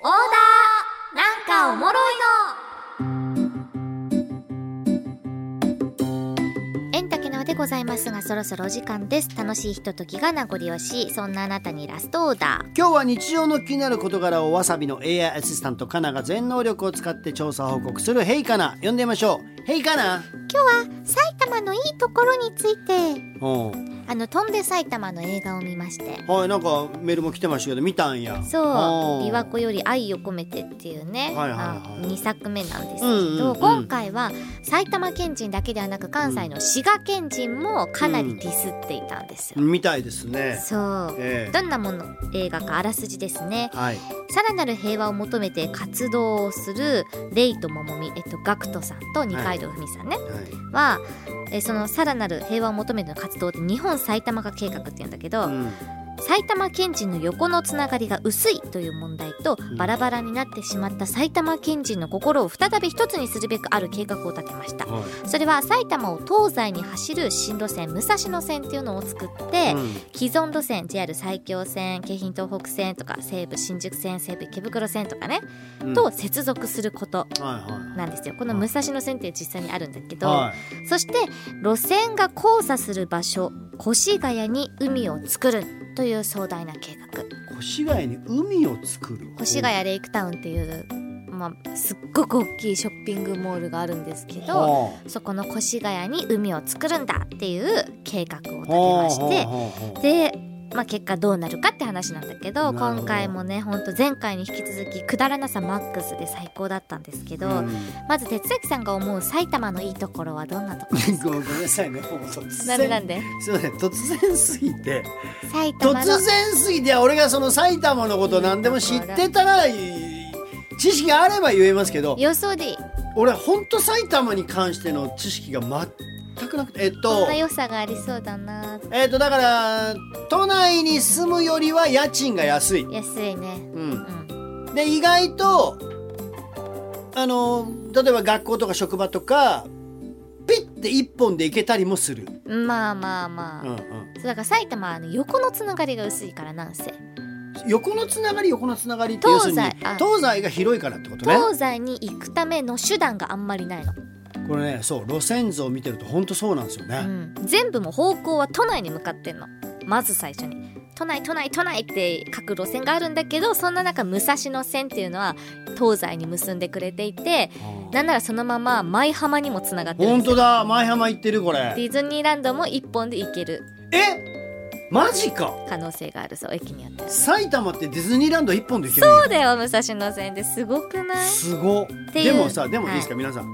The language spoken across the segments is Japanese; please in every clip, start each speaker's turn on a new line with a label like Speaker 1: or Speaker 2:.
Speaker 1: オーダーなんかおもろいのエンタケナでございますがそろそろお時間です楽しいひとときが名残惜しいそんなあなたにラストオーダ
Speaker 2: 今日は日常の気になる事柄をわさびの AI アシスタントカナが全能力を使って調査報告する「ヘイカナ」呼んでみましょう「ヘイカナ
Speaker 1: ー今日は埼玉のいいところについて」
Speaker 2: お
Speaker 1: あの飛んで埼玉の映画を見まして
Speaker 2: はいなんかメールも来てましたけど見たんや
Speaker 1: そう「
Speaker 2: お
Speaker 1: 琵琶湖より愛を込めて」っていうね、
Speaker 2: はいはいはい
Speaker 1: まあ、2作目なんですけど、
Speaker 2: うんうんうん
Speaker 1: 今回は埼玉県人だけではなく関西の滋賀県人もかなりディスっていたんですよ。
Speaker 2: みたいですね
Speaker 1: そう
Speaker 2: ええ
Speaker 1: どんなもの映画かあらすじですね
Speaker 2: はい
Speaker 1: さらなる平和を求めて活動をするレイとももみ、えっと、ガクトさんと二階堂ふみさんね、
Speaker 2: は
Speaker 1: は
Speaker 2: い
Speaker 1: えそのさらなる平和を求めての活動って日本埼玉化計画っていうんだけど、
Speaker 2: うん
Speaker 1: 埼玉県人の横のつながりが薄いという問題と
Speaker 2: ん
Speaker 1: バラバラになってしまった埼玉県人の心を再び一つにするべくある計画を立てました
Speaker 2: は
Speaker 1: それは埼玉を東西に走る新路線武蔵野線っていうのを作って、
Speaker 2: いうん
Speaker 1: 既存路線 JR 埼京線京浜東北線とか西武新宿線西武池袋線とかね、
Speaker 2: うん
Speaker 1: と
Speaker 2: は
Speaker 1: 接続すること
Speaker 2: いは
Speaker 1: なんですよこの武蔵野線って実際にあるんだけ
Speaker 2: い
Speaker 1: ど、
Speaker 2: は
Speaker 1: そして路線が交差する場所越谷に海を作るという壮大な計画
Speaker 2: い越谷に海を作る
Speaker 1: 越谷レイクタウンっていう、まあ、すっごく大きいショッピングモールがあるんですけど
Speaker 2: は
Speaker 1: そこの越谷に海を作るんだっていう計画を立て
Speaker 2: あ
Speaker 1: まして
Speaker 2: はあはあはあ
Speaker 1: で、まあ、結果どうなるかって話なんだけど
Speaker 2: なるほど
Speaker 1: 今回もねほんと前回に引き続きくだらなさマックスで最高だったんですけど、
Speaker 2: うん
Speaker 1: まず哲崎さんが思う埼玉のいいところはどんなところ
Speaker 2: ごめんなさいねもう突
Speaker 1: なんでなんで
Speaker 2: 然
Speaker 1: す
Speaker 2: いません突然すぎて
Speaker 1: 埼
Speaker 2: 突
Speaker 1: 玉の
Speaker 2: 然すぎて俺がその埼玉のこと何でも知ってたらい知識があれば言えますけど
Speaker 1: 予想でいい
Speaker 2: 俺ほんと埼玉に関しての知識が全くなくてえっ
Speaker 1: ことんな良さがありそうだな
Speaker 2: えっとだから都内に住むよりは家賃が安い、
Speaker 1: 安いね
Speaker 2: うん、
Speaker 1: うん
Speaker 2: で意外とあの例えば学校とか職場とかピッて一本で行けたりもする、
Speaker 1: まあまあまあ、
Speaker 2: うんうん、
Speaker 1: そうだから埼玉は、ね、横のつながりが薄いからなんせ
Speaker 2: 横のつながり横のつながりって要す
Speaker 1: 東西
Speaker 2: るに
Speaker 1: あ
Speaker 2: 東西が広いからってことね
Speaker 1: 東西に行くための手段があんまりないの、
Speaker 2: これねそう路線図を見てると本当そうなんですよ
Speaker 1: う
Speaker 2: ね、
Speaker 1: ん、全部もう方向は都内に向かってんのまず最初に都内都内都内って各路線があるんだけどそんな中武蔵野線っていうのは東西に結んでくれていてなんならそのまま舞浜にもつながってるん
Speaker 2: 本
Speaker 1: ですよ
Speaker 2: 当だ舞浜行ってるこ
Speaker 1: デ
Speaker 2: れ
Speaker 1: ィズニーランドも一本で行ける
Speaker 2: えマジか
Speaker 1: 可能性があるそう駅によっては
Speaker 2: 埼玉ってディズニーランド一本で行けるんや
Speaker 1: そうだよ武蔵野線ってすごくない
Speaker 2: すごっ
Speaker 1: ってい
Speaker 2: で
Speaker 1: う
Speaker 2: もさでもいいですか、皆さん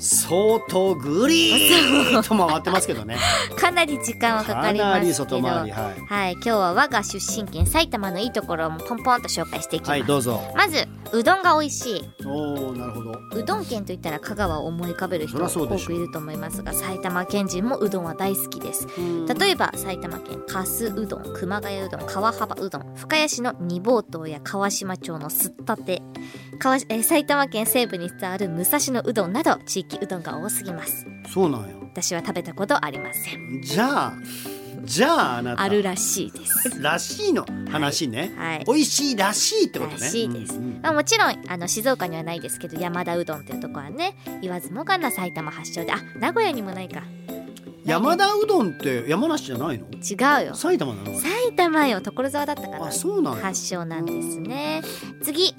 Speaker 2: 相当グリーンと回ってますけ どね
Speaker 1: かなり時間はかか
Speaker 2: か
Speaker 1: りま
Speaker 2: な
Speaker 1: すけ
Speaker 2: り
Speaker 1: ど
Speaker 2: 外回りはい、
Speaker 1: はい、今日は我が出身県埼玉のいいところをポンポンと紹介していきます、
Speaker 2: はい、どうぞ
Speaker 1: まずうどんが美味しい
Speaker 2: おおなるほど
Speaker 1: うどん県といったら香川を思い浮かべる人
Speaker 2: そりゃ
Speaker 1: 多
Speaker 2: そうでしょ
Speaker 1: くいると思いますが埼玉県人もうどんは大好きです例えば埼玉県かすうどん熊谷うどん川幅うどん深谷市の二房島や川島町のすったて川えー埼玉県西部に伝わる武蔵野うどんなど地域うどんが多すぎます
Speaker 2: そうなんや
Speaker 1: 私は食べたことありません
Speaker 2: じゃあじゃああなた
Speaker 1: あるらしいです
Speaker 2: らしいの話ね、
Speaker 1: はい
Speaker 2: 美味しいらしいってことね
Speaker 1: らしいです
Speaker 2: うんうん
Speaker 1: まあ、もちろんあの静岡にはないですけど山田うどんっていうとこはね言わずもがな埼玉発祥であ名古屋にもないか
Speaker 2: 山田うどんって山梨じゃないの
Speaker 1: 違うよ
Speaker 2: 埼玉なの
Speaker 1: 埼玉よ所沢だったか
Speaker 2: あ
Speaker 1: な
Speaker 2: そうなんだ、
Speaker 1: 発祥なんですね次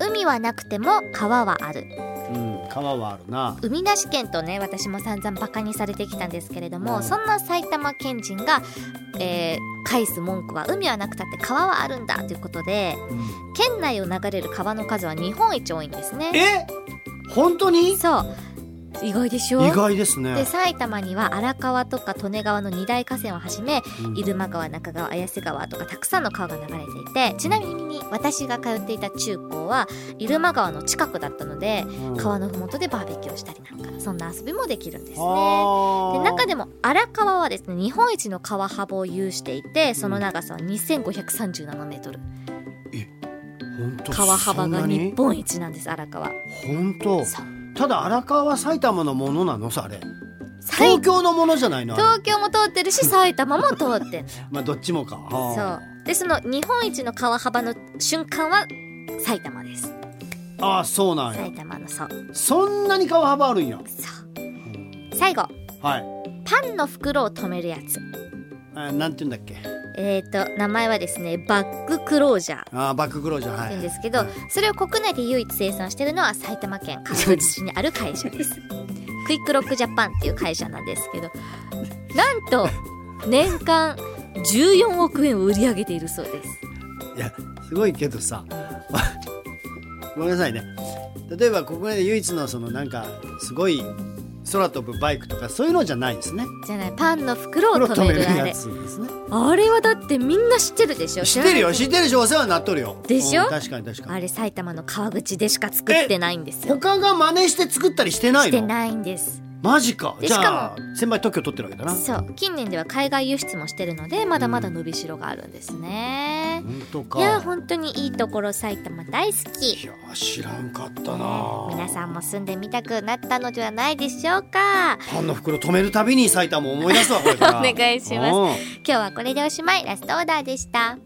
Speaker 1: 海はなくても川はある
Speaker 2: うん、川はあるな
Speaker 1: 海なし県とね私も散々バカにされてきたんですけれども、
Speaker 2: うん
Speaker 1: そんな埼玉県人が、えー返す文句は海はなくたって川はあるんだということで県内を流れる川の数は日本一多いんですね
Speaker 2: え本当に意
Speaker 1: そう意外でしょ
Speaker 2: 外です
Speaker 1: で
Speaker 2: ね
Speaker 1: 埼玉には荒川とか利根川の二大河川をはじめ入間川中川綾瀬川とかたくさんの川が流れていてちなみに私が通っていた中高は入間川の近くだったので川
Speaker 2: の
Speaker 1: のふもとでバーベキューをしたりなんかそんな遊びもできるんですね。で
Speaker 2: ね
Speaker 1: 中でも荒川はですね日本一の川幅を有していてその長さは2537メートル川幅が日本一なんです荒川
Speaker 2: 本当
Speaker 1: そう
Speaker 2: ただ荒川は埼玉のものなのさあれ
Speaker 1: 埼
Speaker 2: 東京のものじゃないのあれ
Speaker 1: 東京も通ってるし埼玉も 通ってんの
Speaker 2: まあどっちもか
Speaker 1: そ
Speaker 2: あ
Speaker 1: うでその日本一の川幅の瞬間は埼玉です
Speaker 2: ああそうなんや
Speaker 1: 埼玉のそう
Speaker 2: そんなに川幅あるんや
Speaker 1: そう
Speaker 2: うん
Speaker 1: 最後
Speaker 2: はい
Speaker 1: パンの袋を止めるやつ
Speaker 2: あなんて言うんだっけ
Speaker 1: えっ、と名前はですねバッグクロージャー
Speaker 2: ああバッククロージャーは
Speaker 1: って
Speaker 2: い
Speaker 1: 言うんですけど、それを国内で唯一生産してるのは埼玉県川口市にある会社ですクイックロックジャパンっていう会社なんですけどなんと年間14億円を売り上げているそうです
Speaker 2: いやすごいけどさ まごめんなさいね例えば国内で唯一のそのなんかすごい空飛ぶバイクとかそういうのじゃないんですね
Speaker 1: じゃないパンの袋を
Speaker 2: 黒
Speaker 1: 止
Speaker 2: 止
Speaker 1: め
Speaker 2: め
Speaker 1: る
Speaker 2: る
Speaker 1: あ
Speaker 2: や
Speaker 1: れ
Speaker 2: つですね
Speaker 1: あれはだってみんな知ってるでしょ
Speaker 2: 知ってるよ
Speaker 1: 知
Speaker 2: 知
Speaker 1: らない
Speaker 2: ってるでしょお世話になっとるよ
Speaker 1: でしょ
Speaker 2: うん確かに確か
Speaker 1: あ
Speaker 2: に
Speaker 1: れ埼玉の川口でしか作ってないんですよ
Speaker 2: 他が真似して作ったりしてない
Speaker 1: して
Speaker 2: の
Speaker 1: ないんです
Speaker 2: マジか
Speaker 1: で
Speaker 2: じゃあ先輩特許取ってるわけだな
Speaker 1: そう近年では海外輸出もしてるのでまだまだ伸びしろがあるんですね、
Speaker 2: 本当か
Speaker 1: いや本当にいいところ埼玉大好き
Speaker 2: いや知らんかったな
Speaker 1: 皆さんも住んでみたくなったのではないでしょうか
Speaker 2: パンの袋止めるたびに埼玉を思い出すわこれから
Speaker 1: お願いします
Speaker 2: うん
Speaker 1: 今日はこれでおしまいラストオーダーでした